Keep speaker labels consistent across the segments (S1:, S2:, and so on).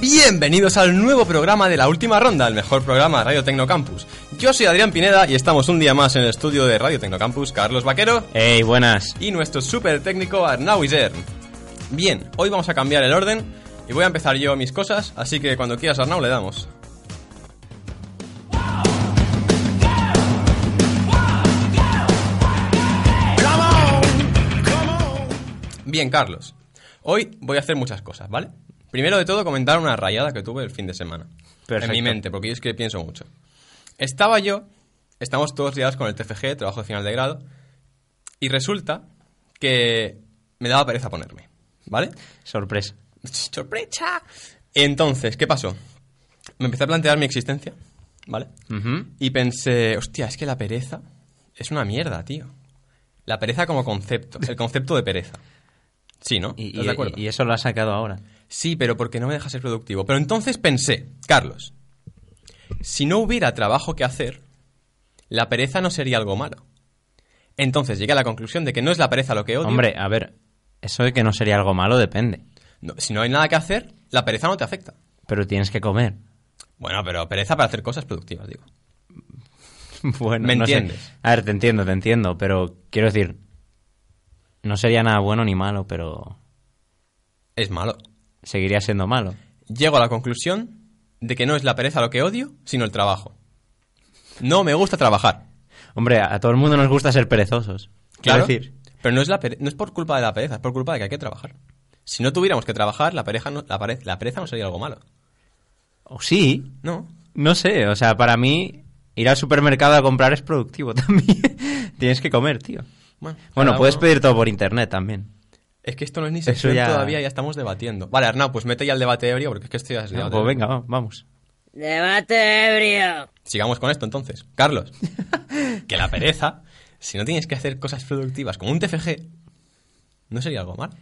S1: Bienvenidos al nuevo programa de la última ronda, el mejor programa de Radio Tecnocampus. Yo soy Adrián Pineda y estamos un día más en el estudio de Radio Tecnocampus, Carlos Vaquero
S2: Hey, buenas.
S1: y nuestro súper técnico Arnau Iser. Bien, hoy vamos a cambiar el orden y voy a empezar yo mis cosas, así que cuando quieras Arnau le damos. Bien, Carlos. Hoy voy a hacer muchas cosas, ¿vale? Primero de todo, comentar una rayada que tuve el fin de semana.
S2: Perfecto.
S1: En mi mente, porque yo es que pienso mucho. Estaba yo, estamos todos liados con el TFG, trabajo de final de grado, y resulta que me daba pereza ponerme, ¿vale?
S2: Sorpresa.
S1: ¡Sorpresa! Entonces, ¿qué pasó? Me empecé a plantear mi existencia, ¿vale?
S2: Ujú.
S1: Y pensé, hostia, es que la pereza es una mierda, tío. La pereza como concepto, el concepto de pereza. Sí, ¿no?
S2: Y,
S1: ¿Estás de acuerdo?
S2: y- y eso lo has sacado ahora.
S1: Sí, pero porque no me deja ser productivo. Pero entonces pensé, Carlos, si no hubiera trabajo que hacer, la pereza no sería algo malo. Entonces llegué a la conclusión de que no es la pereza lo que odio.
S2: Hombre, a ver, eso de que no sería algo malo depende.
S1: No, si no hay nada que hacer, la pereza no te afecta.
S2: Pero tienes que comer.
S1: Bueno, pero pereza para hacer cosas productivas, digo.
S2: Bueno,
S1: ¿Me
S2: no sé.
S1: entiendes?
S2: A ver, te entiendo, te entiendo, pero quiero decir, no sería nada bueno ni malo, pero
S1: Es malo.
S2: seguiría siendo malo.
S1: Llego a la conclusión de que no es la pereza lo que odio, sino el trabajo. No me gusta trabajar.
S2: Hombre, a, a todo el mundo nos gusta ser perezosos. Quiero
S1: Claro.
S2: decir,
S1: Pero no es, la pere- no es por culpa de la pereza, es por culpa de que hay que trabajar. Si no tuviéramos que trabajar, la, pereza no, la, pare- la pereza no sería algo malo.
S2: o sí,
S1: No.
S2: no sé, o sea, para mí ir al supermercado a comprar es productivo también. tienes que comer, tío.
S1: Bueno,
S2: Bueno,
S1: cada
S2: puedes
S1: uno.
S2: pedir todo por internet también.
S1: Es que esto no es ni sección
S2: ya-
S1: todavía, ya estamos debatiendo. Vale, Arnau, pues mete ya el debate ebrio porque es que estoy ya has liado.
S2: pues venga, va- vamos.
S3: Debate ebrio.
S1: Sigamos con esto entonces. Carlos, que la pereza, si no tienes que hacer cosas productivas como un TFG, no sería algo malo.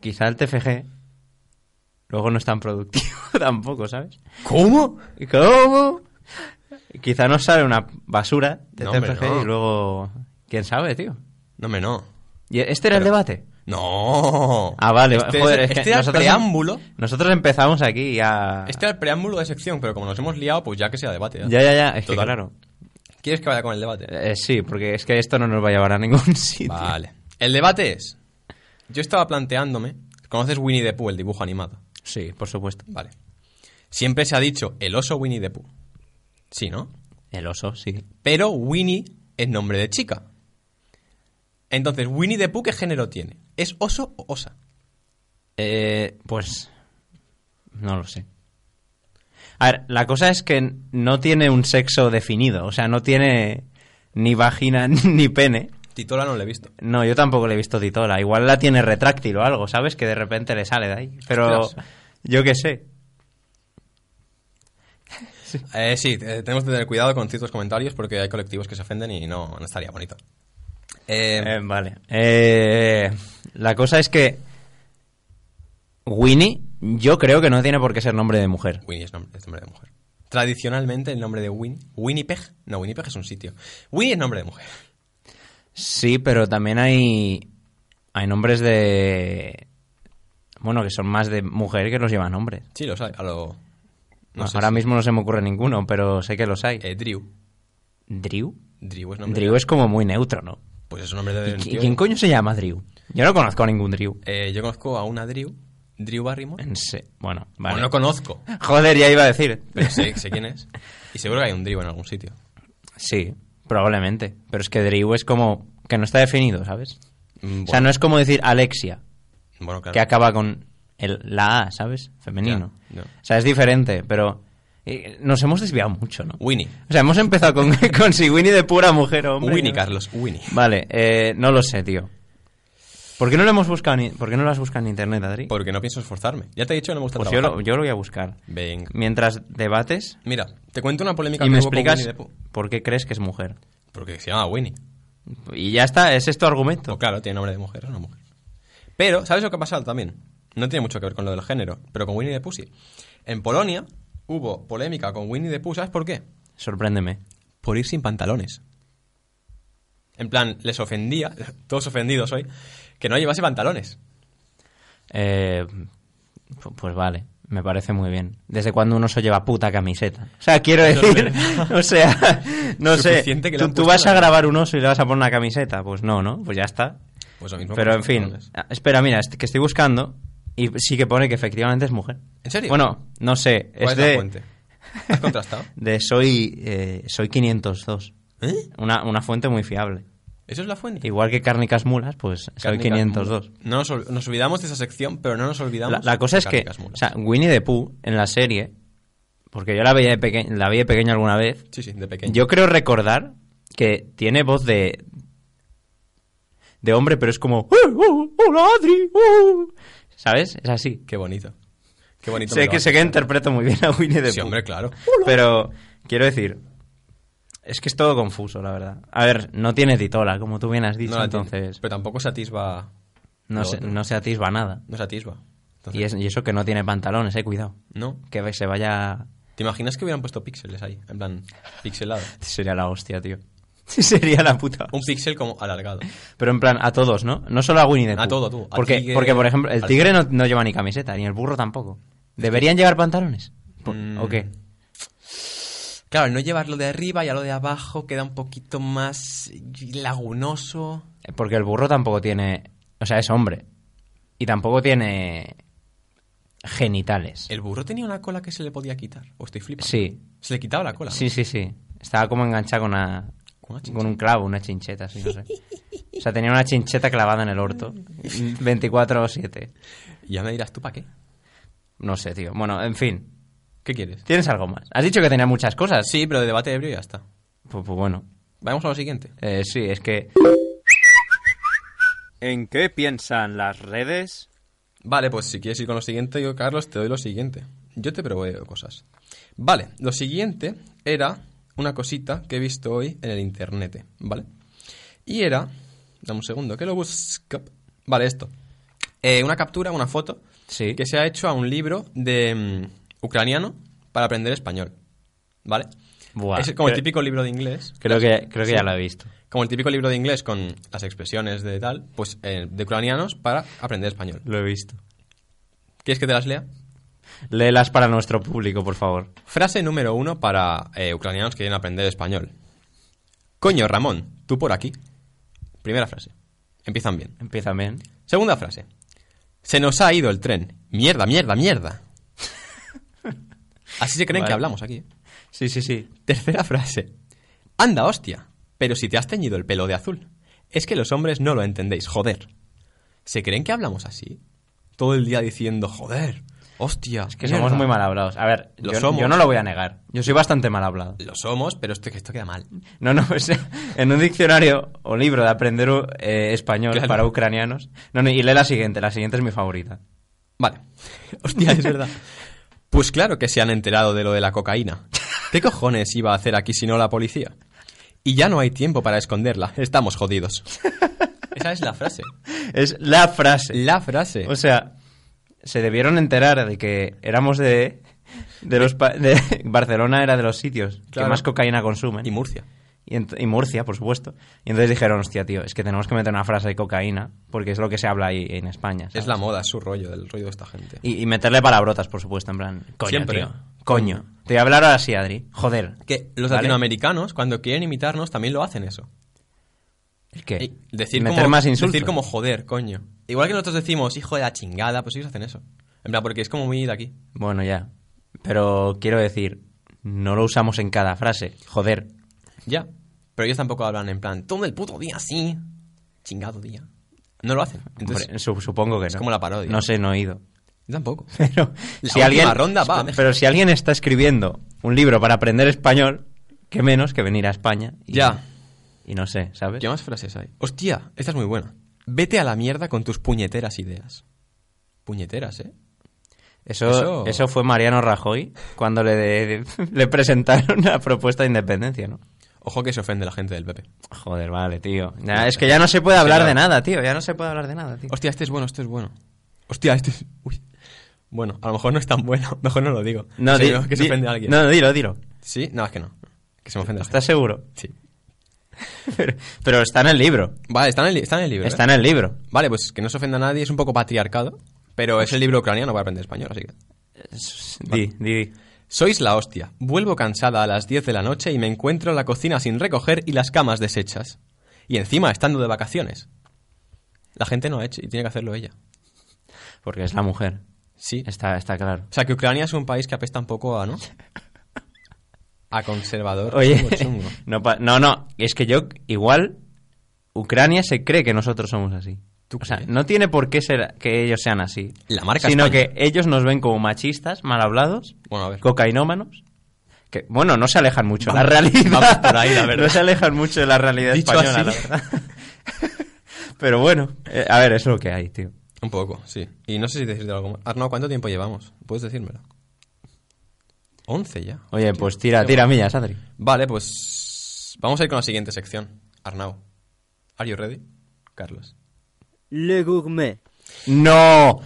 S2: Quizá el TFG luego no es tan productivo tampoco, ¿sabes?
S1: ¿Cómo?
S2: ¿Cómo? Quizá nos sale una basura de
S1: No, hombre,
S2: TFG
S1: no.
S2: y luego... ¿Quién sabe, tío?
S1: No, me no.
S2: ¿Y este era el
S1: Pero-
S2: debate?
S1: No.
S2: Ah, vale.
S1: Este,
S2: joder,
S1: es-
S2: es que
S1: este era el
S2: nosotros- em-
S1: preámbulo.
S2: Nosotros empezamos aquí a...
S1: Este era el preámbulo de sección, pero como nos hemos liado, pues ya que sea debate. ¿eh?
S2: Ya, ya, ya. Es que
S1: Total.
S2: claro.
S1: ¿Quieres que vaya con el debate?
S2: Eh, sí, porque es que esto no nos va a llevar a ningún sitio.
S1: Vale. El debate es. Yo estaba planteándome. ¿Conoces Winnie the Pooh, el dibujo animado?
S2: Sí, por supuesto.
S1: Vale. Siempre se ha dicho el oso Winnie the Pooh. Sí, ¿no?
S2: El oso, sí.
S1: Pero Winnie es nombre de chica. Entonces, Winnie the Pooh, ¿qué género tiene? ¿Es oso o osa?
S2: Eh, pues. No lo sé. A ver, la cosa es que no tiene un sexo definido. O sea, no tiene ni vagina ni pene.
S1: Titola no lo he visto.
S2: No, yo tampoco le he visto titola. Igual la tiene retráctil o algo, ¿sabes? Que de repente le sale de ahí. Pero
S1: Ostras.
S2: yo qué sé.
S1: Eh, sí, eh, tenemos que tener cuidado con ciertos comentarios porque hay colectivos que se ofenden y no, no estaría bonito. Eh,
S2: Eh, vale. Eh, la cosa es que Winnie, yo creo que no tiene por qué ser nombre de mujer.
S1: Winnie es nombre, es nombre de mujer. Tradicionalmente, el nombre de Winnie. Winnipeg. No, Winnipeg es un sitio. Winnie es nombre de mujer.
S2: Sí, pero también hay, hay nombres de... Bueno, que son más de mujer que los llevan hombres.
S1: Sí, los hay. A lo. No sé
S2: Ahora
S1: si-
S2: mismo no se me ocurre ninguno, pero sé que los hay.
S1: eh, Drew.
S2: ¿Drew?
S1: Drew es nombre.
S2: Drew es como muy neutro, ¿no?
S1: Pues es un nombre
S2: ¿Y
S1: de.
S2: qui- quién coño se llama Drew? Yo no conozco a ningún Drew.
S1: Eh, yo conozco a una Drew. Drew Barrymore.
S2: En se- Bueno,
S1: O
S2: vale.
S1: no conozco.
S2: Joder, ya iba a decir.
S1: Pero sé, sé quién es. Y seguro que hay un Drew en algún sitio.
S2: Sí, probablemente. Pero es que Drew es como... que no está definido, ¿sabes?
S1: Mm, Bueno,
S2: O sea, no es como decir Alexia,
S1: bueno, claro.
S2: que acaba con el, la A, ¿sabes? Femenino.
S1: Ya, ya.
S2: O sea, es diferente, pero eh, nos hemos desviado mucho, ¿no?
S1: Winnie.
S2: O sea, hemos empezado con, con si Winnie de pura mujer, hombre.
S1: Winnie,
S2: ¿no?
S1: Carlos. Winnie.
S2: Vale, eh, no lo sé, tío. ¿Por qué no lo hemos buscado en, ¿por qué no lo has buscado en internet, Adri?
S1: Porque no pienso esforzarme. Ya te he dicho que Pues no me gusta
S2: Pues yo
S1: trabajar.
S2: lo, yo lo voy a buscar.
S1: Venga.
S2: Mientras debates
S1: Mira, te cuento una polémica
S2: y
S1: que
S2: me
S1: hubo con
S2: explicas
S1: Winnie the Pooh.
S2: por qué crees que es mujer.
S1: Porque se llama Winnie.
S2: Y ya está, ese es tu argumento.
S1: Pues claro, tiene nombre de mujer, es una mujer. Pero, ¿sabes lo que ha pasado también? No tiene mucho que ver con lo del género, pero con Winnie the Pooh sí. En Polonia hubo polémica con Winnie the Pooh, ¿sabes por qué?
S2: Sorpréndeme.
S1: Por ir sin pantalones. En plan, les ofendía, todos ofendidos hoy, que no llevase pantalones.
S2: Eh, pu- pues vale. Me parece muy bien. ¿Desde cuándo un oso lleva puta camiseta? O sea, quiero decir, o sea, no sé,
S1: Suficiente que le
S2: tú,
S1: han
S2: tú
S1: puesto
S2: vas
S1: una-
S2: a grabar un oso y le vas a poner una camiseta. Pues no, ¿no? Pues ya está.
S1: Pues lo mismo
S2: Pero
S1: con
S2: en
S1: los
S2: fin,
S1: pantalones.
S2: ah, espera, mira, est- que estoy buscando y sí que pone que efectivamente es mujer.
S1: ¿En serio?
S2: Bueno, no sé,
S1: ¿Cuál
S2: es
S1: es la
S2: de,
S1: fuente? ¿Has contrastado?
S2: de soy, eh, soy 502.
S1: ¿Eh?
S2: Una, una fuente muy fiable.
S1: ¿Eso es la fuente?
S2: Igual que Cárnicas Mulas, pues soy
S1: Cárnicas
S2: 502.
S1: Mulas. No nos, ol- nos olvidamos de esa sección, pero no nos olvidamos.
S2: La, la cosa es
S1: de
S2: que,
S1: Cárnicas Mulas.
S2: o sea, Winnie the Pooh en la serie, porque yo la veía de peque- la vi de pequeño alguna vez,
S1: sí, sí, de pequeño.
S2: yo creo recordar que tiene voz de de hombre, pero es como "Eh, oh, hola Adri, oh". ¿sabes? Es así.
S1: Qué bonito. Qué bonito. me
S2: Sé
S1: lo
S2: que
S1: hace.
S2: sé que interpreto muy bien a Winnie the Pooh.
S1: Sí, hombre, claro.
S2: Pero quiero decir, es que es todo confuso, la verdad. A ver, no tiene titola, como tú bien has dicho,
S1: No la tiene.
S2: entonces
S1: Pero tampoco se atisba.
S2: no
S1: lo
S2: se,
S1: otro.
S2: no se atisba nada.
S1: No se atisba. Entonces,
S2: Y, es- y eso que no tiene pantalones, eh, cuidado.
S1: No.
S2: Que se vaya
S1: ¿Te imaginas que hubieran puesto píxeles ahí? En plan, pixelado.
S2: Este Sería la hostia, tío. Este Sería la puta.
S1: Un píxel como alargado.
S2: Pero en plan, a todos, ¿no? No solo a Winnie the
S1: A
S2: Pooh.
S1: todo, tú. A
S2: Porque,
S1: tigre,
S2: porque, por ejemplo, el
S1: al
S2: tigre no, no lleva ni camiseta, ni el burro tampoco. ¿Deberían llevar pantalones? Por-
S1: Mm.
S2: ¿O qué?
S1: Claro, al no llevarlo de arriba y a lo de abajo queda un poquito más lagunoso.
S2: Porque el burro tampoco tiene... O sea, es hombre. Y tampoco tiene genitales.
S1: El burro tenía una cola que se le podía quitar. O estoy flipando.
S2: Sí,
S1: Se le quitaba la cola. ¿no?
S2: sí, sí, sí. Estaba como enganchado con una...
S1: Con una chincheta.
S2: Con un clavo, una chincheta, sí, no sé. O sea, tenía una chincheta clavada en el orto. 24 o 7.
S1: Y ya me dirás, ¿tú para qué?
S2: No sé, tío. Bueno, en fin.
S1: ¿Qué quieres?
S2: ¿Tienes algo más? Has dicho que tenía muchas cosas.
S1: Sí, pero de debate ebrio ya está.
S2: Pues, pues bueno.
S1: Vamos a lo siguiente.
S2: Eh, sí, es que.
S4: ¿En qué piensan las redes?
S1: Vale, pues si quieres ir con lo siguiente, yo, Carlos, te doy lo siguiente. Yo te proveo cosas. Vale, lo siguiente era una cosita que he visto hoy en el internet, ¿vale? Y era, dame un segundo, que lo busco. Vale, esto. Eh, una captura, una foto, eh,
S2: Sí.
S1: que se ha hecho a un libro de mm, ucraniano para aprender español, ¿vale?
S2: Buah,
S1: es como el
S2: creo-
S1: típico libro de inglés.
S2: Creo que, creo que
S1: Sí.
S2: ya lo he visto.
S1: Como el típico libro de inglés con las expresiones de tal, pues eh, de ucranianos para aprender español.
S2: Lo he visto.
S1: ¿Quieres que te las lea?
S2: Léelas para nuestro público, por favor.
S1: Frase número uno para eh, ucranianos que quieren aprender español. Coño, Ramón, tú por aquí. Primera frase. Empiezan bien.
S2: Empieza bien.
S1: Segunda frase. Se nos ha ido el tren. Mierda, mierda, mierda. Así se creen que
S2: Vale.
S1: hablamos aquí. ¿eh?
S2: Sí, sí, sí.
S1: Tercera frase. Anda, hostia. Pero si te has teñido el pelo de azul. Es que los hombres no lo entendéis, joder. ¿Se creen que hablamos así? Todo el día diciendo, joder, hostia.
S2: Es que somos muy mal hablados. A ver,
S1: Lo
S2: yo,
S1: somos.
S2: yo no lo voy a negar. Yo soy bastante mal hablado.
S1: Lo somos, pero esto, que esto queda mal.
S2: No, no, o sea, en un diccionario o libro de aprender eh, español
S1: Claro.
S2: para ucranianos. No, no, y lee la siguiente. La siguiente es mi favorita.
S1: Vale. Hostia, es verdad. Pues claro que se han enterado de lo de la cocaína. ¿Qué cojones iba a hacer aquí si no la policía? Y ya no hay tiempo para esconderla. Estamos jodidos. Esa es la frase.
S2: Es la frase.
S1: La frase.
S2: O sea, se debieron enterar de que éramos de. de los pa- de- Barcelona era de los sitios
S1: Claro.
S2: que más cocaína consumen.
S1: Y Murcia.
S2: Y ent- y Murcia, por supuesto. Y entonces dijeron, hostia, tío, es que tenemos que meter una frase de cocaína, porque es lo que se habla ahí en España. ¿sabes?
S1: Es la moda, es su rollo, el rollo de esta gente.
S2: y, y meterle palabrotas, por supuesto, en plan. Coño,
S1: Siempre.
S2: tío, Coño. Te voy a hablar ahora sí, Adri. Joder.
S1: Que los
S2: ¿Vale?
S1: latinoamericanos, cuando quieren imitarnos, también lo hacen eso.
S2: ¿El qué?
S1: Y Decir
S2: meter
S1: como,
S2: más insultos.
S1: Decir como joder, coño. Igual que nosotros decimos hijo de la chingada, pues ellos hacen eso. En plan, porque es como muy de aquí.
S2: Bueno, ya. Pero quiero decir, no lo usamos en cada frase. Joder.
S1: Ya. Pero ellos tampoco hablan en plan, todo el puto día así. Chingado día. No lo hacen. Entonces,
S2: Hombre, su- supongo que no.
S1: es como la parodia.
S2: No sé, no he ido.
S1: yo tampoco.
S2: Pero
S1: La
S2: si
S1: última
S2: alguien
S1: ronda va a México.
S2: pero si alguien está escribiendo un libro para aprender español, qué menos que venir a España. Y,
S1: Ya.
S2: Y no sé, ¿sabes?
S1: ¿Qué más frases hay? Hostia, esta es muy buena. Vete a la mierda con tus puñeteras ideas. Puñeteras, ¿eh?
S2: Eso,
S1: Eso-
S2: eso... fue Mariano Rajoy cuando le, le presentaron la propuesta de independencia, ¿no?
S1: Ojo que se ofende la gente del PP.
S2: Joder, vale, tío. Ya, es que ya no se puede hablar
S1: Sí,
S2: de
S1: no.
S2: nada, tío. Ya no se puede hablar de nada, tío.
S1: Hostia, este es bueno, este es bueno. Hostia, este es... Uy. Bueno, a lo mejor no es tan bueno. Mejor no lo digo. O sea,
S2: di-
S1: que se
S2: di-
S1: ofende a alguien.
S2: No, dilo, dilo.
S1: ¿Sí? No, es que no. Que se me ofende la
S2: ¿Estás
S1: gente.
S2: seguro?
S1: Sí.
S2: Pero, pero está en el libro.
S1: Vale, está en el, li- está en el libro. ¿eh?
S2: Está en Pues el libro.
S1: Vale, pues que no se ofenda a nadie, es un poco patriarcado, pero es el libro ucraniano para aprender español, así que...
S2: Di, di, di.
S1: Sois la hostia. Vuelvo cansada a las 10 de la noche y me encuentro la cocina sin recoger y las camas deshechas. Y encima estando de vacaciones. La gente no ha hecho y tiene que hacerlo ella.
S2: Porque es la mujer.
S1: Sí.
S2: Está, está claro.
S1: O sea, que Ucrania es un país que apesta un poco a, ¿no? A conservador.
S2: Oye,
S1: chungo, chungo.
S2: No, pa- no, no, es que yo igual Ucrania se cree que nosotros somos así.
S1: ¿Tú
S2: O sea,
S1: crees?
S2: no tiene por qué ser que ellos sean así.
S1: La marca
S2: Sino
S1: España.
S2: que ellos nos ven como machistas, mal hablados,
S1: Bueno, a ver.
S2: cocainómanos. Que, bueno, no se alejan mucho de la
S1: Vamos-
S2: realidad.
S1: vamos por ahí, la verdad.
S2: No se alejan mucho de la realidad
S1: Dicho
S2: española,
S1: así.
S2: la verdad. Pero bueno, eh, a ver, es lo que hay, tío.
S1: Un poco, sí. Y no sé si decirte algo más. Arnaud, ¿cuánto tiempo llevamos? Puedes decírmelo. 11 ya.
S2: Oye, pues tira, tira millas, Adri.
S1: Vale, pues vamos a ir con la siguiente sección. Arnau, ¿are you ready? Carlos.
S5: Le gourmet.
S2: No,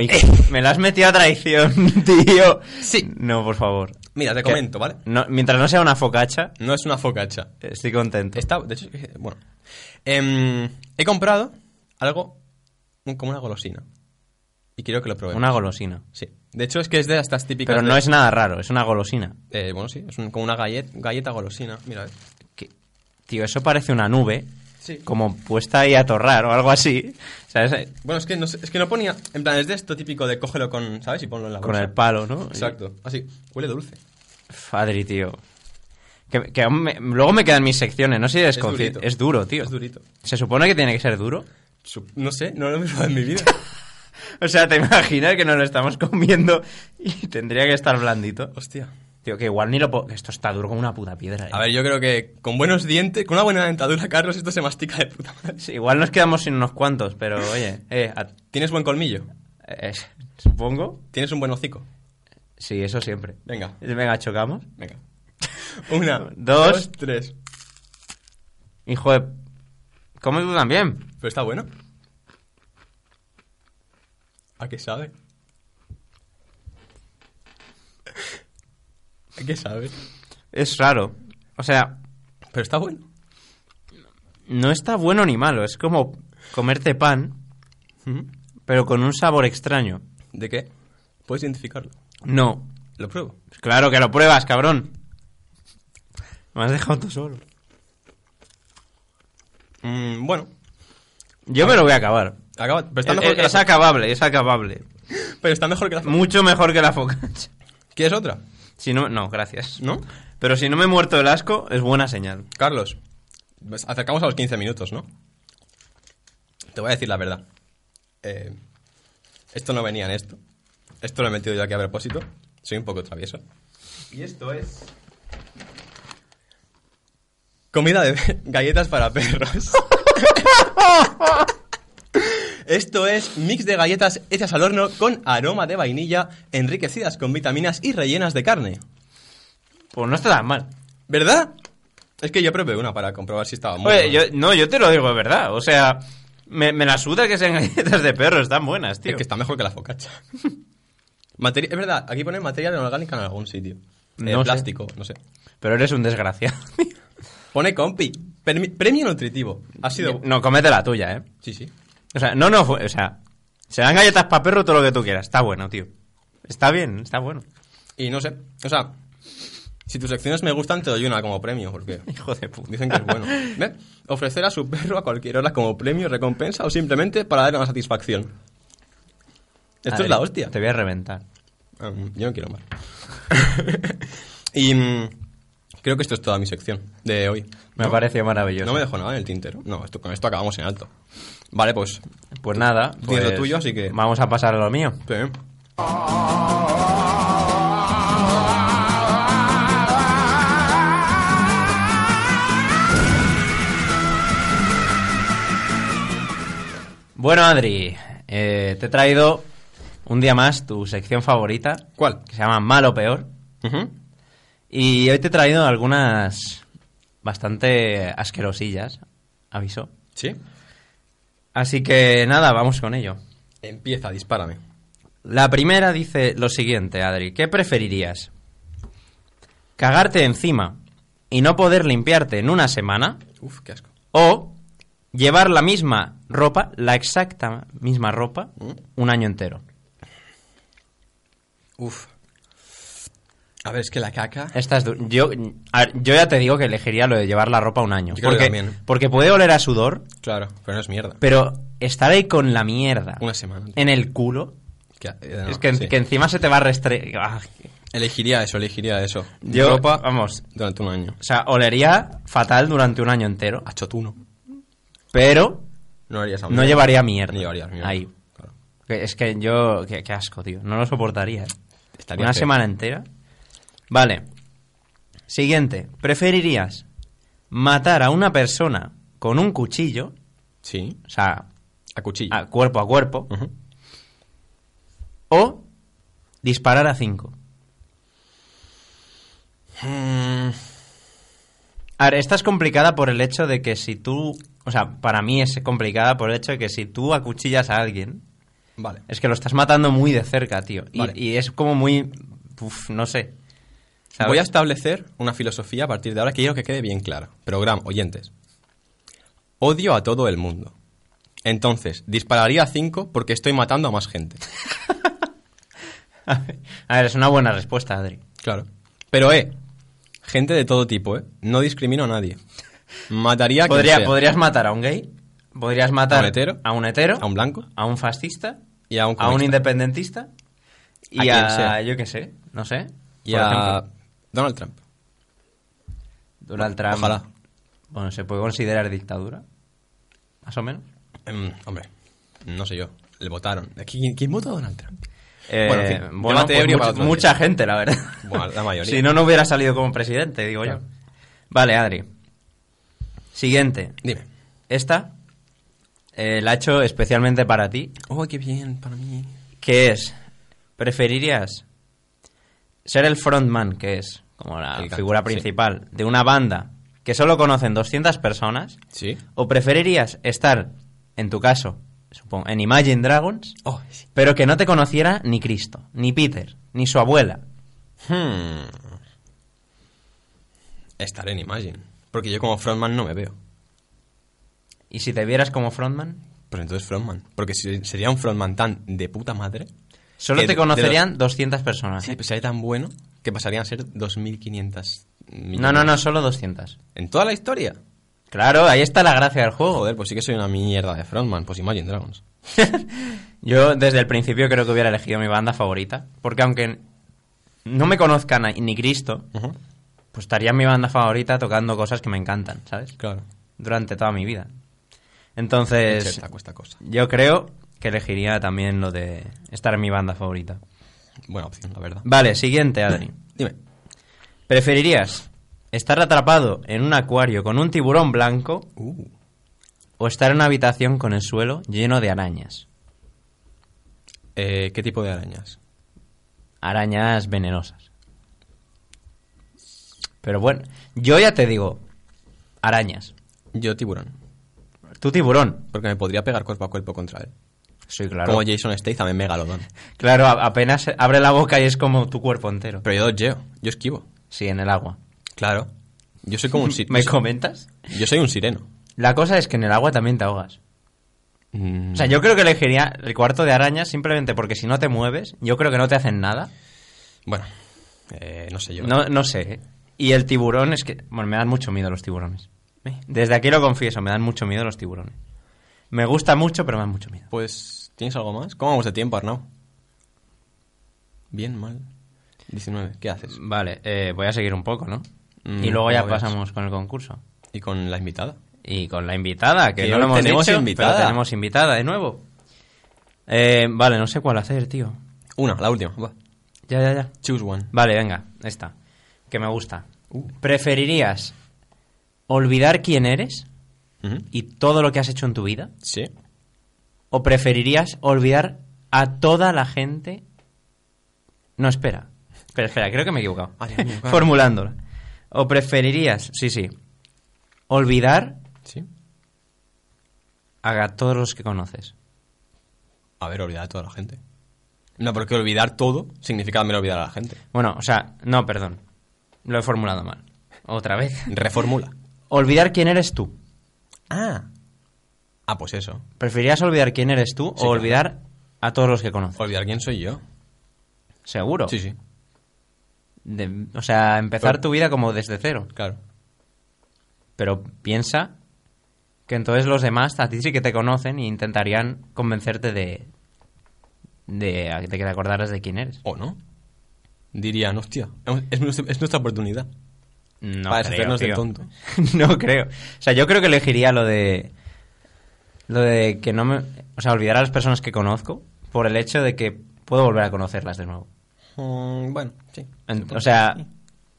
S2: hijo. me la has metido a traición, tío.
S1: Sí.
S2: No, por favor.
S1: Mira, te
S2: ¿Qué?
S1: comento, ¿vale?
S2: No, mientras no sea una focacha,
S1: No es una focacha.
S2: estoy contento.
S1: Está, de hecho, eh, bueno. Em, he comprado algo un- como una golosina. Y quiero que lo probemos.
S2: Una golosina.
S1: Sí. De hecho, es que es de estas típicas.
S2: Pero no
S1: de-
S2: es nada raro, es una golosina.
S1: eh, bueno, sí, es un- como una galleta, galleta golosina. Mira, eh.
S2: Que- Tío, eso parece una nube,
S1: Sí.
S2: como puesta ahí a torrar o algo así. ¿Sabes? Eh,
S1: Bueno, es que, no, sé- es que no ponía. En plan, es de esto típico de cógelo con. ¿Sabes? Y ponlo en la
S2: Con
S1: bolsa.
S2: el palo, ¿no?
S1: Exacto. Así. Huele dulce.
S2: Fadri, tío. Que, que aún me- luego me quedan mis secciones, no sé si
S1: Es
S2: desconfío.
S1: durito.
S2: Es, duro, tío.
S1: Es durito.
S2: Se supone que tiene que ser duro.
S1: Su- No sé, no lo he probado en mi vida.
S2: O sea, te imaginas que nos lo estamos comiendo y tendría que estar blandito.
S1: Hostia.
S2: Tío, que igual ni lo puedo... Esto está duro como una puta piedra. eh.
S1: A ver, yo creo que con buenos dientes, con una buena dentadura, Carlos, esto se mastica de puta madre.
S2: Sí, igual nos quedamos sin unos cuantos, pero oye, eh, a-
S1: ¿Tienes buen colmillo?
S2: eh, supongo.
S1: ¿Tienes un buen hocico?
S2: Sí, eso siempre.
S1: Venga,
S2: Venga, chocamos.
S1: venga. Una,
S2: Dos.
S1: dos, tres.
S2: Hijo de... Come tú también.
S1: Pero está bueno. ¿A qué sabe? ¿A qué sabe?
S2: Es raro. O sea,
S1: Pero está bueno.
S2: no está bueno ni malo. Es como comerte pan, pero con un sabor extraño.
S1: ¿De qué? Puedes identificarlo.
S2: No.
S1: Lo pruebo.
S2: Claro que lo pruebas, cabrón. Me has dejado tú solo.
S1: Mm, bueno, Eh,
S2: Yo me lo voy a acabar.
S1: acaba. Pero está,
S2: Es,
S1: mejor que la
S2: es acabable, es acabable.
S1: fo- pero está mejor que la. fo-
S2: Mucho mejor que la focacha.
S1: ¿Quieres otra?
S2: Si no, no, gracias.
S1: ¿No?
S2: Pero si no me he muerto del asco, es buena señal.
S1: Carlos, pues acercamos a los 15 minutos, ¿no? Te voy a decir la verdad. Eh, esto no venía en esto. Esto lo he metido yo aquí a propósito. Soy un poco travieso. Y esto es... Comida de... galletas para perros. Esto es mix de galletas hechas al horno con aroma de vainilla, enriquecidas con vitaminas y rellenas de carne.
S2: Pues no está tan mal.
S1: ¿Verdad? Es que yo probé una para comprobar si estaba muy
S2: Oye,
S1: buena.
S2: yo, no, yo te lo digo de verdad. O sea, me, me la suda que sean galletas de perro, están buenas, tío.
S1: Es que está mejor que la focacha. es verdad, aquí pone materia orgánica en algún sitio. Eh,
S2: No sé.
S1: plástico, no sé.
S2: Pero eres un desgraciado.
S1: Pone compi. Permi- Premio nutritivo. Ha sido.
S2: No, cómete la tuya, ¿eh?
S1: Sí, sí.
S2: O sea, no, no, fu- o sea, serán galletas para perro todo lo que tú quieras. Está bueno, tío. Está bien, está bueno.
S1: Y no sé. O sea, si tus secciones me gustan, te doy una como premio, porque
S2: Hijo de puta.
S1: dicen que es bueno. ¿Ve? Ofrecer a su perro a cualquier hora como premio, recompensa o simplemente para darle una satisfacción. Esto
S2: Adri,
S1: es la hostia.
S2: Te voy a reventar.
S1: Um, yo no quiero más. y mm, creo que esto es toda mi sección de hoy.
S2: Me ha parecido maravilloso.
S1: No me dejó nada en el tintero. No, esto, con esto acabamos en alto. Vale, pues.
S2: Pues nada.
S1: Di
S2: pues
S1: lo tuyo, así que-
S2: Vamos a pasar a lo mío.
S1: sí.
S2: Bueno, Adri, eh, te he traído un día más tu sección favorita,
S1: ¿Cuál?
S2: que se llama Mal o Peor.
S1: Ujú.
S2: Y hoy te he traído algunas bastante asquerosillas, aviso.
S1: Sí.
S2: Así que nada, vamos con ello.
S1: Empieza, dispárame.
S2: La primera dice lo siguiente, Adri. ¿Qué preferirías? ¿Cagarte encima y no poder limpiarte en una semana?
S1: Uf, qué asco.
S2: ¿O llevar la misma
S1: ¿Mm?
S2: ropa, la exacta misma ropa, un año entero?
S1: Uf. A ver, es que la caca.
S2: Esta es du- yo, a ver, yo ya te digo que elegiría lo de llevar la ropa un
S1: Yo
S2: año.
S1: creo que
S2: Porque,
S1: también.
S2: porque puede oler a sudor,
S1: Claro, pero no es mierda.
S2: pero estar ahí con la mierda
S1: Una semana. tío.
S2: en el culo,
S1: Que- eh, no,
S2: es que, en-
S1: sí.
S2: que encima se te va a restre... ah,
S1: Elegiría eso, elegiría eso.
S2: Yo-
S1: ropa,
S2: vamos.
S1: Durante un año.
S2: O sea, olería fatal durante un año entero,
S1: A chotuno.
S2: pero
S1: No harías
S2: no llevaría mierda.
S1: No llevaría mierda.
S2: Ahí.
S1: Claro.
S2: Que Es que yo... Qué, qué asco, tío. No lo soportaría. ¿eh?
S1: Estaría
S2: Una
S1: feo.
S2: semana entera. Vale. Siguiente. ¿Preferirías matar a una persona con un cuchillo?
S1: Sí.
S2: O sea,
S1: A cuchillo.
S2: a- cuerpo a cuerpo.
S1: Ujú.
S2: O disparar a cinco.
S1: Mm,
S2: A ver, esta es complicada por el hecho de que si tú... O sea, para mí es complicada por el hecho de que si tú acuchillas a alguien,
S1: Vale.
S2: Es que lo estás matando muy de cerca, tío. Y,
S1: Vale.
S2: y es como muy... Uf, no sé. ¿Sabes?
S1: Voy a establecer una filosofía a partir de ahora que quiero que quede bien clara. Programa, oyentes. Odio a todo el mundo. Entonces, dispararía a cinco porque estoy matando a más gente.
S2: A ver, es una buena respuesta, Adri.
S1: Claro. Pero, eh, gente de todo tipo, eh. No discrimino a nadie. Mataría a quien
S2: Podría-
S1: sea.
S2: podrías matar a un gay, podrías matar
S1: ¿A un hetero?
S2: a un, hetero,
S1: A un blanco.
S2: a un fascista,
S1: Y a un
S2: a un
S1: comunista.
S2: independentista
S1: A
S2: y
S1: quien
S2: a,
S1: sea.
S2: yo qué sé, no sé.
S1: Y
S2: Por
S1: a
S2: ejemplo,
S1: Donald Trump.
S2: Donald Trump.
S1: Ojalá.
S2: Bueno, ¿se puede considerar dictadura? Más o menos.
S1: Em, hombre, no sé yo. Le votaron. ¿Qui- ¿Quién votó a Donald Trump?
S2: Eh,
S1: Bueno, en fin, debate
S2: pues
S1: ebrio para
S2: mucha,
S1: otro día.
S2: mucha gente, la verdad.
S1: Bueno, la mayoría.
S2: si no, no hubiera salido como presidente, digo
S1: Claro.
S2: yo. Vale, Adri. Siguiente.
S1: Dime.
S2: Esta eh, la he hecho especialmente para ti,
S1: Oh, qué bien, para mí.
S2: que es, ¿preferirías ser el frontman, que es como la
S1: El cantante,
S2: figura
S1: sí.
S2: principal de una banda que solo conocen 200 personas?
S1: ¿Sí?
S2: ¿O preferirías estar, en tu caso, supongo, en Imagine Dragons,
S1: Oh, sí.
S2: pero que no te conociera ni Cristo, ni Peter, ni su abuela.
S1: Hmm. Estaré en Imagine. Porque yo como frontman no me veo.
S2: Y si te vieras como frontman,
S1: Pues entonces frontman. Porque si- sería un frontman tan de puta madre.
S2: solo
S1: que de-
S2: te
S1: de los-
S2: conocerían 200 personas.
S1: Sí, pues sería tan bueno que pasarían a ser 2.500 millones.
S2: no, no, no, solo 200.
S1: ¿En toda la historia?
S2: Claro, ahí está la gracia del juego.
S1: Joder, pues sí que soy una mierda de frontman. Pues Imagine Dragons.
S2: Yo desde el principio creo que hubiera elegido mi banda favorita, porque aunque no me conozcan a- ni Cristo,
S1: Ujú,
S2: pues estaría en mi banda favorita tocando cosas que me encantan, ¿sabes?
S1: Claro.
S2: Durante toda mi vida.
S1: Qué
S2: Entonces,
S1: cheta cuesta cosa.
S2: yo creo que elegiría también lo de estar en mi banda favorita.
S1: Buena opción, la verdad.
S2: Vale, siguiente, Adri.
S1: Dime.
S2: ¿Preferirías estar atrapado en un acuario con un tiburón blanco
S1: Uh.
S2: o estar en una habitación con el suelo lleno de arañas?
S1: Eh, ¿Qué tipo de arañas?
S2: arañas venenosas. Pero bueno, yo ya te digo, arañas.
S1: Yo tiburón.
S2: Tú tiburón.
S1: Porque me podría pegar cuerpo a cuerpo contra él.
S2: Sí, claro.
S1: Como Jason Statham en Megalodon.
S2: Claro, a- apenas abre la boca y es como tu cuerpo entero.
S1: Pero yo dodgeo. Yo esquivo.
S2: Sí, en el agua.
S1: Claro. Yo soy como un sireno.
S2: ¿Me comentas?
S1: Yo soy un sireno.
S2: La cosa es que en el agua también te ahogas.
S1: Mm,
S2: O sea, yo creo que elegiría el cuarto de arañas simplemente porque si no te mueves, yo creo que no te hacen nada.
S1: Bueno, eh, no sé yo.
S2: No, no sé. ¿eh? Y el tiburón es que... Bueno, me dan mucho miedo los tiburones. Desde aquí lo confieso, me dan mucho miedo los tiburones. Me gusta mucho, pero me dan mucho miedo.
S1: Pues, ¿tienes algo más? ¿Cómo vamos de tiempo, Arnau? Bien, mal. 19. ¿Qué haces?
S2: Vale, eh, voy a seguir un poco, ¿no?
S1: Mm,
S2: y luego ya
S1: como veas.
S2: pasamos con el concurso.
S1: ¿Y con la invitada?
S2: Y con la invitada, que
S1: Que
S2: no
S1: hoy
S2: lo hemos
S1: tenemos
S2: dicho, pero
S1: invitada.
S2: tenemos invitada de nuevo. Eh, vale, no sé cuál hacer, tío.
S1: Una, la última. Va.
S2: Ya, ya, ya.
S1: Choose one.
S2: Vale, venga, esta. Que me gusta.
S1: Uh.
S2: ¿Preferirías olvidar quién eres
S1: Ujú.
S2: y todo lo que has hecho en tu vida?
S1: Sí.
S2: ¿O preferirías olvidar a toda la gente? No, espera. Espera, espera, creo que me he equivocado.
S1: Madre mía, claro.
S2: Formulándola. ¿O preferirías, sí, sí, olvidar
S1: Sí.
S2: a todos los que conoces?
S1: A ver, olvidar a toda la gente. No, porque olvidar todo significa también olvidar a la gente.
S2: Bueno, o sea, no, perdón. Lo he formulado mal. Otra vez.
S1: Reformula.
S2: Olvidar quién eres tú.
S1: Ah. Ah, pues eso.
S2: ¿Preferirías olvidar quién eres tú o
S1: claro.
S2: olvidar a todos los que conoces?
S1: Olvidar quién soy yo.
S2: O Seguro.
S1: Sí, sí,
S2: De- o sea, empezar tu vida como desde cero.
S1: claro.
S2: Pero piensa que entonces los demás a ti sí que te conocen y intentarían convencerte de, de, de que te acordaras de quién eres.
S1: ¿O no? Dirían, hostia, es, nuestra- es nuestra oportunidad.
S2: No
S1: Para
S2: creo,
S1: deshacernos del
S2: tío.
S1: tonto.
S2: no creo. O sea, yo creo que elegiría lo de... Lo de que no me... O sea, olvidar a las personas que conozco por el hecho de que puedo volver a conocerlas de nuevo.
S1: Mm, bueno, sí.
S2: En- O sea,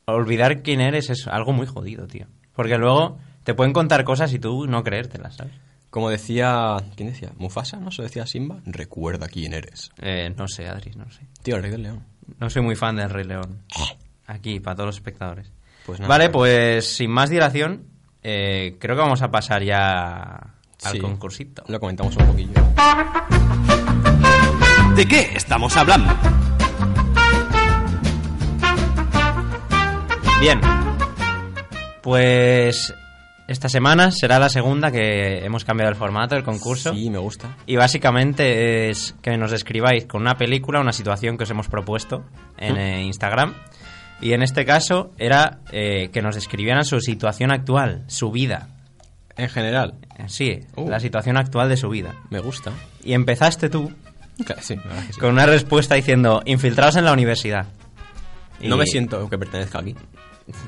S2: olvidar quién eres es algo muy jodido, tío. Porque luego te pueden contar cosas y tú no creértelas, ¿sabes?
S1: Como decía, ¿quién decía? ¿Mufasa? ¿No? Se decía Simba. Recuerda quién eres.
S2: Eh, no sé, Adri, no sé.
S1: Tío, el rey del león.
S2: No soy muy fan del Rey León. Aquí, para todos los espectadores.
S1: Pues nada,
S2: vale,
S1: pues-
S2: pues sin más dilación, eh, creo que vamos a pasar ya al
S1: Sí.
S2: concursito.
S1: Lo comentamos un poquillo.
S6: ¿De qué estamos hablando?
S2: Bien. Pues esta semana será la segunda que hemos cambiado el formato del concurso.
S1: Sí, me gusta.
S2: Y básicamente es que nos describáis con una película una situación que os hemos propuesto
S1: ¿Mm?
S2: en eh, Instagram. Y en este caso era eh, que nos describieran su situación actual, su vida.
S1: En general,
S2: Eh, Sí,
S1: Uh.
S2: la situación actual de su vida.
S1: me gusta.
S2: Y empezaste tú
S1: Claro, sí, la verdad que sí.
S2: con una respuesta diciendo, infiltrados en la universidad.
S1: No
S2: Y
S1: me siento que pertenezca aquí.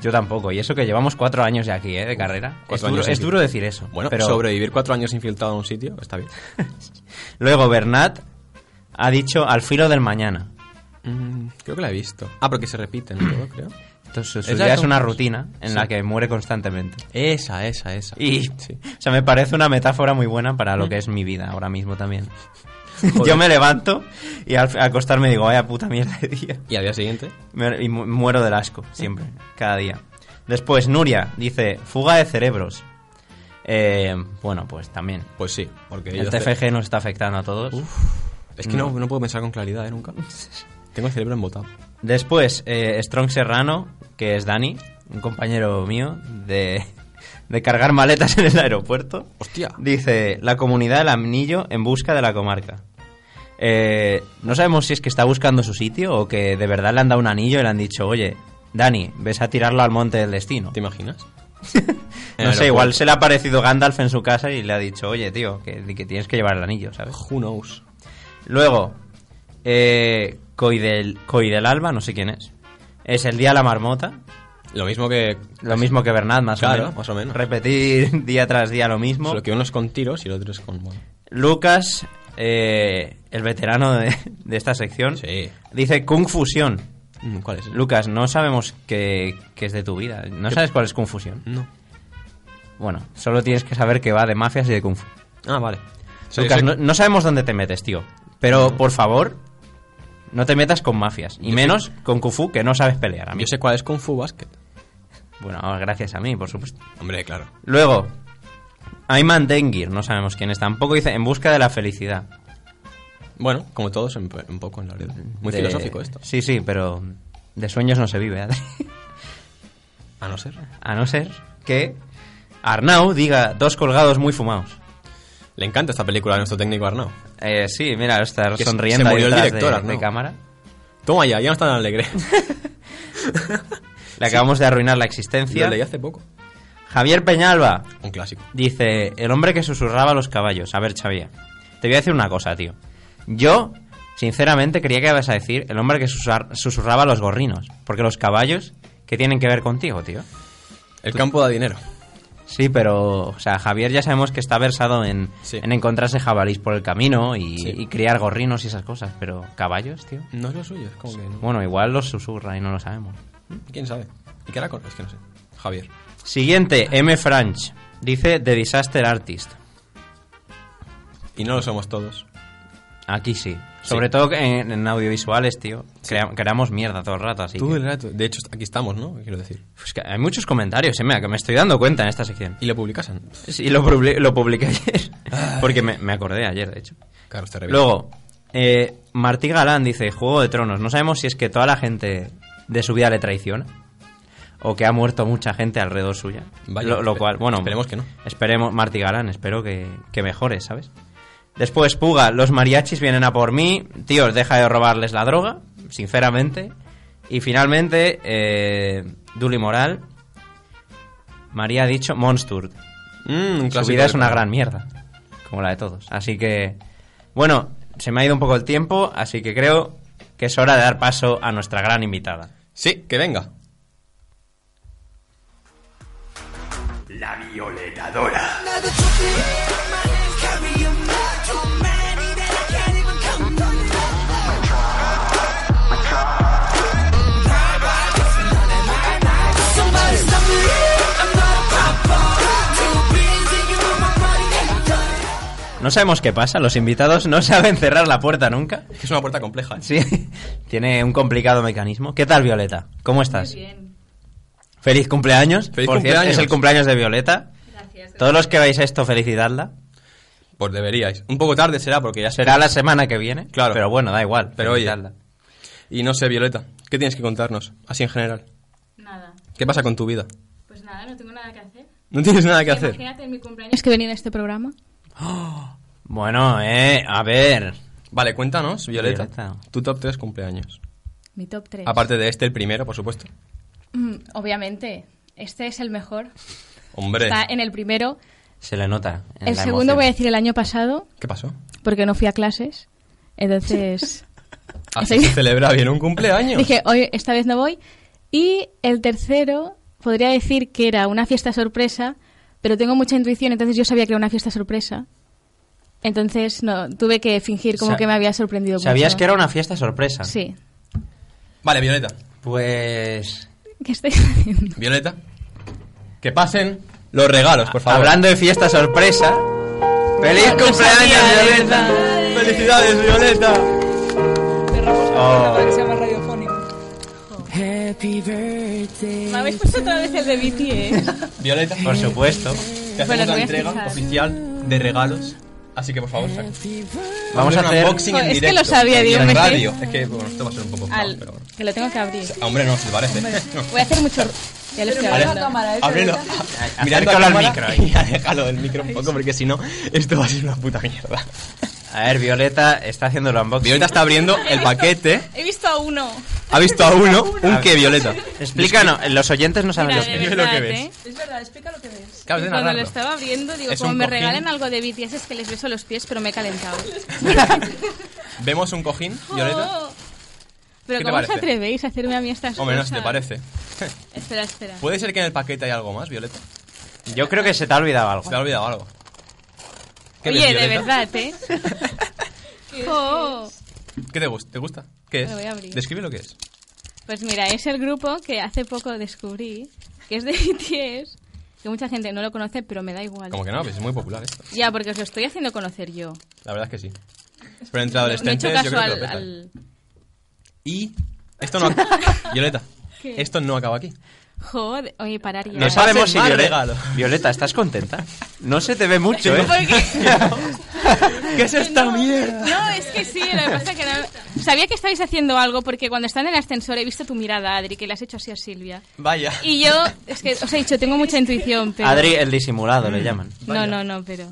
S2: Yo tampoco, y eso que llevamos cuatro años ya aquí, ¿eh? De carrera.
S1: cuatro
S2: Es duro,
S1: años sin
S2: es
S1: ti.
S2: duro decir eso.
S1: Bueno,
S2: pero
S1: sobrevivir cuatro años infiltrado en un sitio está bien.
S2: Luego Bernat ha dicho al filo del mañana.
S1: Mm, creo que la he visto. Ah, porque se repiten, todo, creo.
S2: Entonces su- su
S1: Esa
S2: vida
S1: es
S2: es una
S1: un-
S2: rutina en
S1: sí.
S2: la que muere constantemente.
S1: Esa, esa, esa.
S2: Y,
S1: Sí.
S2: o sea, me parece una metáfora muy buena para lo que es mi vida ahora mismo también. Yo me levanto y al al acostarme digo, vaya puta mierda de día.
S1: Y al día siguiente,
S2: Me- y mu- muero del asco, siempre, cada día. Después, Nuria dice, fuga de cerebros. Eh, bueno, pues también.
S1: pues sí. Porque
S2: El
S1: yo-
S2: TFG nos está afectando a todos.
S1: Es que no. no puedo pensar con claridad, ¿eh? Nunca. Tengo el cerebro embotado.
S2: Después, eh, Strong Serrano, que es Dani, un compañero mío, de, de cargar maletas en el aeropuerto.
S1: Hostia.
S2: Dice, la comunidad del Amnillo en busca de la comarca. Eh, no sabemos si es que está buscando su sitio o que de verdad le han dado un anillo y le han dicho, oye, Dani, ves a tirarlo al monte del destino.
S1: ¿Te imaginas? En
S2: No
S1: el
S2: sé, igual
S1: aeropuerto.
S2: se le ha parecido Gandalf en su casa y le ha dicho, oye, tío, que, que tienes que llevar el anillo, ¿sabes?
S1: Who knows?
S2: Luego, eh, Coidel, Coidel Alba, no sé quién es. Es el día de la marmota,
S1: Lo mismo que.
S2: lo mismo que Bernat, más
S1: Claro,
S2: o menos.
S1: más o menos.
S2: Repetir día tras día lo mismo.
S1: Solo que uno es con tiros y el otro es con. Bueno,
S2: Lucas, eh, el veterano de, de esta sección,
S1: Sí.
S2: dice Confusión.
S1: Mm, ¿Cuál es?
S2: Lucas, no sabemos qué, qué es de tu vida. No sabes cuál es Confusión.
S1: No.
S2: Bueno, solo tienes que saber que va de mafias y de Kung Fu.
S1: Ah, vale. Soy-
S2: Lucas,
S1: soy-
S2: no, no sabemos dónde te metes, tío. Pero, por favor, no te metas con mafias. Y menos con Kung Fu, que no sabes pelear. A mí.
S1: Yo sé cuál es Kung Fu Basket.
S2: Bueno, gracias a mí, por supuesto.
S1: Hombre, claro.
S2: Luego, Ayman Dengir, no sabemos quién es tampoco, dice En busca de la felicidad.
S1: Bueno, como todos, un un poco en la red. Muy
S2: De-
S1: filosófico esto.
S2: Sí, sí, pero de sueños no se vive, Adri.
S1: A no ser.
S2: A no ser que Arnau diga dos colgados muy fumados.
S1: Le encanta esta película a nuestro técnico Arnau.
S2: Eh, sí, mira, está
S1: Que se-
S2: sonriendo
S1: se
S2: ahí
S1: murió el
S2: detrás
S1: director,
S2: de- de,
S1: Arnau.
S2: cámara.
S1: Toma ya, ya no está tan alegre.
S2: Le acabamos de arruinar la existencia.
S1: Lo leí hace poco.
S2: Javier Peñalba
S1: Un clásico.
S2: dice El hombre que susurraba a los caballos. A ver, Xavier, te voy a decir una cosa, tío. Yo, sinceramente, creía que ibas a decir El hombre que susar- susurraba a los gorrinos. Porque los caballos, ¿qué tienen que ver contigo, tío?
S1: El campo da dinero.
S2: Sí, pero, o sea, Javier ya sabemos que está versado en,
S1: Sí.
S2: en encontrarse jabalís por el camino y,
S1: Sí.
S2: y criar gorrinos y esas cosas, pero caballos, tío.
S1: No es lo suyo, es como que. no.
S2: Bueno, igual los susurra y no lo sabemos.
S1: ¿Quién sabe? ¿Y qué hará con.? Es que no sé. Javier.
S2: Siguiente, M. Franch. Dice The Disaster Artist.
S1: Y no lo somos todos.
S2: Aquí sí. Sobre todo en, en audiovisuales, tío. Crea- creamos mierda todo el rato, así.
S1: Tú
S2: que-
S1: el rato. De hecho, aquí estamos, ¿no? Quiero decir.
S2: Pues que hay muchos comentarios, eh, mira, que me estoy dando cuenta en esta sección.
S1: Y lo publicasen.
S2: Sí, lo, publi- lo publiqué ayer. Porque me- me acordé ayer, de hecho.
S1: Claro, está revienta.
S2: Luego, eh, Martí Galán dice, Juego de Tronos. No sabemos si es que toda la gente de su vida le traiciona o que ha muerto mucha gente alrededor suya.
S1: Vaya,
S2: lo, lo
S1: espe-
S2: cual, bueno,
S1: esperemos que no.
S2: Esperemos, Martí Galán, espero que, que mejore, ¿sabes? Después, Puga, los mariachis vienen a por mí. Tíos, deja de robarles la droga. sinceramente. Y finalmente, eh, Duli Moral. María ha dicho Monster.
S1: Mm, un
S2: Su
S1: clásico
S2: vida
S1: del
S2: es una
S1: programa.
S2: gran mierda, como la de todos. Así que, bueno, se me ha ido un poco el tiempo, así que creo que es hora de dar paso a nuestra gran invitada.
S1: Sí, que venga.
S6: La violetadora.
S2: No sabemos qué pasa, los invitados no saben cerrar la puerta nunca.
S1: Es que es una puerta compleja. ¿eh?
S2: Sí, tiene un complicado mecanismo. ¿Qué tal, Violeta? ¿Cómo estás?
S7: Muy bien,
S2: Feliz cumpleaños.
S1: Feliz
S2: Por cierto,
S1: cumpleaños.
S2: es el cumpleaños de Violeta.
S7: gracias.
S2: Todos los que veis esto, felicitadla.
S1: Pues deberíais. Un poco tarde será porque ya será.
S2: Será la semana que viene.
S1: Claro.
S2: Pero bueno, da igual.
S1: Pero oye.
S2: felicitadla.
S1: Y no sé, Violeta, ¿qué tienes que contarnos? Así en general.
S7: Nada.
S1: ¿Qué pasa con tu vida?
S7: Pues nada, no tengo nada que hacer.
S1: No tienes nada que
S7: Sí,
S1: hacer.
S7: Imagínate en mi cumpleaños que venir a este programa.
S2: Bueno, eh, a ver.
S1: Vale, cuéntanos, Violeta,
S2: Violeta.
S1: tu top 3 cumpleaños.
S7: Mi top 3.
S1: Aparte de este, el primero, por supuesto.
S7: obviamente, este es el mejor.
S1: Hombre,
S7: Está en el primero.
S2: Se le nota. en
S7: el
S2: la
S7: segundo
S2: emoción.
S7: voy a decir el año pasado,
S1: ¿qué pasó?
S7: porque no fui a clases. Entonces
S1: Así
S7: Sí.
S1: se celebra bien un cumpleaños.
S7: dije, hoy esta vez no voy. Y el tercero, podría decir que era una fiesta sorpresa, pero tengo mucha intuición, entonces yo sabía que era una fiesta sorpresa. Entonces no tuve que fingir como
S2: Sa-
S7: que me había sorprendido
S2: ¿Sabías
S7: mucho.
S2: que era una fiesta sorpresa?
S7: Sí.
S1: Vale, Violeta.
S2: Pues.
S7: ¿Qué estáis haciendo?
S1: Violeta. Que pasen los regalos, por favor.
S2: Hablando de fiesta sorpresa. ¡Feliz
S7: No
S2: cumpleaños,
S7: sabía,
S2: Violeta!
S1: ¡Felicidades, Violeta!
S2: Oh,
S7: Me habéis puesto otra vez el de BTS.
S1: Violeta,
S2: por supuesto.
S1: te hacemos
S7: Bueno, pues. lo
S1: la
S7: voy a
S1: entrega
S7: fijar.
S1: oficial de regalos. Así que, por favor, saca.
S2: Vamos a
S1: un
S2: hacer.
S1: unboxing en
S7: Joder, es que
S1: directo,
S7: lo sabía,
S1: en
S7: digo, me estoy-
S1: radio. Es que, bueno, esto va a ser un poco...
S7: Al-
S1: caos, pero bueno.
S7: que lo tengo que abrir.
S1: Hombre, no, se parece. No.
S7: Voy a hacer mucho. Ya lo estoy
S1: Vale.
S7: abriendo.
S1: Ábrelo.
S2: a-
S1: Mirando
S2: acércalo
S1: a
S2: al
S1: cámara
S2: micro ahí.
S1: y aléjalo del micro un poco, porque si no, esto va a ser una puta mierda.
S2: A ver, Violeta está haciendo el unboxing.
S1: Violeta está abriendo el paquete.
S7: He visto a uno.
S1: Ha visto a uno. ¿Un qué, Violeta?
S2: Explícanos, los oyentes no saben
S7: Mira,
S2: lo que
S7: de
S2: es.
S1: Yo lo
S7: verdad,
S1: que ves.
S7: ¿eh?
S1: Acabas de
S7: Y cuando lo
S1: narrarlo.
S7: estaba abriendo, digo,
S1: Es
S7: como
S1: un
S7: me
S1: cojín.
S7: regalan algo de BTS es que les beso los pies, pero me he calentado.
S1: Vemos un cojín, Violeta.
S7: Oh. Pero
S1: ¿Qué te
S7: ¿cómo os
S1: parece?
S7: atrevéis a hacerme a mí estas
S1: Hombre, no,
S7: cosas?
S1: si te parece.
S7: Espera, espera.
S1: Puede ser que en el paquete hay algo más, Violeta.
S2: Yo creo que se te ha olvidado
S1: Se
S2: algo.
S1: te ha olvidado algo. ¿Qué ves,
S7: Oye, de
S1: Violeta?
S7: verdad, Oh. ¿eh? Jo.
S1: ¿Qué te gusta? ¿Te gusta? ¿Qué es?
S7: Lo voy a abrir.
S1: Describe lo que es.
S7: Pues mira, es el grupo que hace poco descubrí, que es de BTS, que mucha gente no lo conoce, pero me da igual.
S1: Como que no, pues es muy popular esto.
S7: Ya, porque os lo estoy haciendo conocer yo.
S1: La verdad es que sí. Pero entre
S7: No he
S1: adolescentes
S7: hecho
S1: yo
S7: caso
S1: creo que lo
S7: al,
S1: petan.
S7: al-
S1: Y esto no ac- Violeta,
S7: ¿Qué?
S1: esto no acaba aquí.
S7: Joder, oye, parar ya.
S2: No
S1: Me
S7: ¿eh?
S1: sabe-
S2: sabemos
S1: hacen
S2: si
S1: mal
S2: Violeta.
S1: regalo.
S2: Violeta, ¿estás contenta? No se te ve mucho, ¿eh?
S7: Porque-
S1: ¿Qué es esta
S7: no,
S1: mierda?
S7: No, es que sí, lo que pasa que no- Sabía que estabais haciendo algo porque cuando están en el ascensor he visto tu mirada, Adri, que le has hecho así a Silvia.
S1: Vaya.
S7: Y yo, es que os he dicho, tengo mucha intuición, pero...
S2: Adri, el disimulado le llaman.
S7: No, no, no, pero...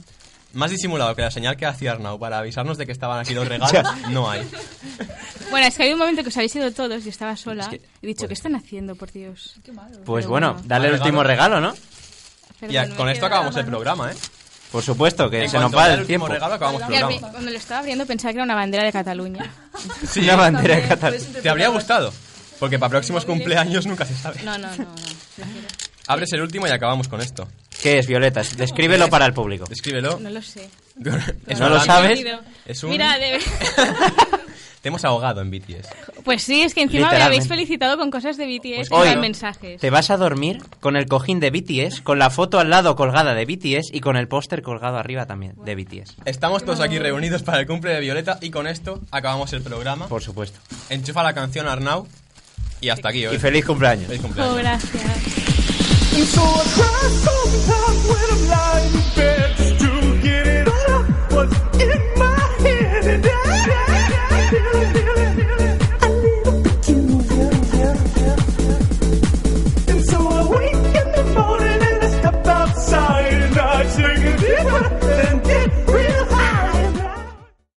S1: Más disimulado que la señal que hacía Arnau para avisarnos de que estaban aquí los regalos, no hay.
S7: Bueno, es que había un momento que os habéis ido todos y estaba sola.
S2: que-
S7: He dicho,
S1: pues
S7: ¿qué están haciendo, por Dios?
S2: Pues
S7: Pero
S2: bueno,
S7: bueno.
S2: dale el
S1: Regalo.
S2: último regalo, ¿no?
S1: Y a-
S7: Perdón,
S1: con
S7: me
S1: esto
S7: queda-
S1: acabamos el programa, ¿eh?
S2: Por supuesto, que
S1: En
S2: se nos
S1: cuanto
S2: va
S1: vea
S2: el
S1: último
S2: tiempo.
S1: regalo acabamos el
S7: Y a mí,
S1: programa.
S7: cuando lo estaba abriendo pensaba que era una bandera de Cataluña.
S1: Sí, pues,
S2: Una bandera de Cataluña.
S1: ¿Te habría gustado? Porque para próximos cumpleaños nunca se sabe.
S7: No, no, no. no.
S1: Abres el último y acabamos con esto.
S2: ¿Qué es, Violeta? Descríbelo para el público.
S1: Descríbelo.
S7: No lo sé.
S1: Es
S2: ¿No
S1: un
S2: lo
S1: origami.
S2: sabes?
S1: Es un-
S7: Mira, de...
S1: Te hemos ahogado en BTS.
S7: pues sí, es que encima me
S2: Literalmente. Pues
S7: habéis felicitado con cosas de BTS y
S2: Hoy
S7: dan mensajes.
S2: te vas a dormir con el cojín de BTS, con la foto al lado colgada de BTS y con el póster colgado arriba también de BTS.
S1: Estamos todos aquí reunidos para el cumple de Violeta y con esto acabamos el programa.
S2: Por supuesto.
S1: Enchufa la canción Arnau y hasta aquí hoy.
S2: Y feliz cumpleaños.
S1: Feliz
S7: Oh,
S1: cumpleaños.
S7: gracias.
S8: And so I cry sometimes when I'm lying in bed to get it all out. What's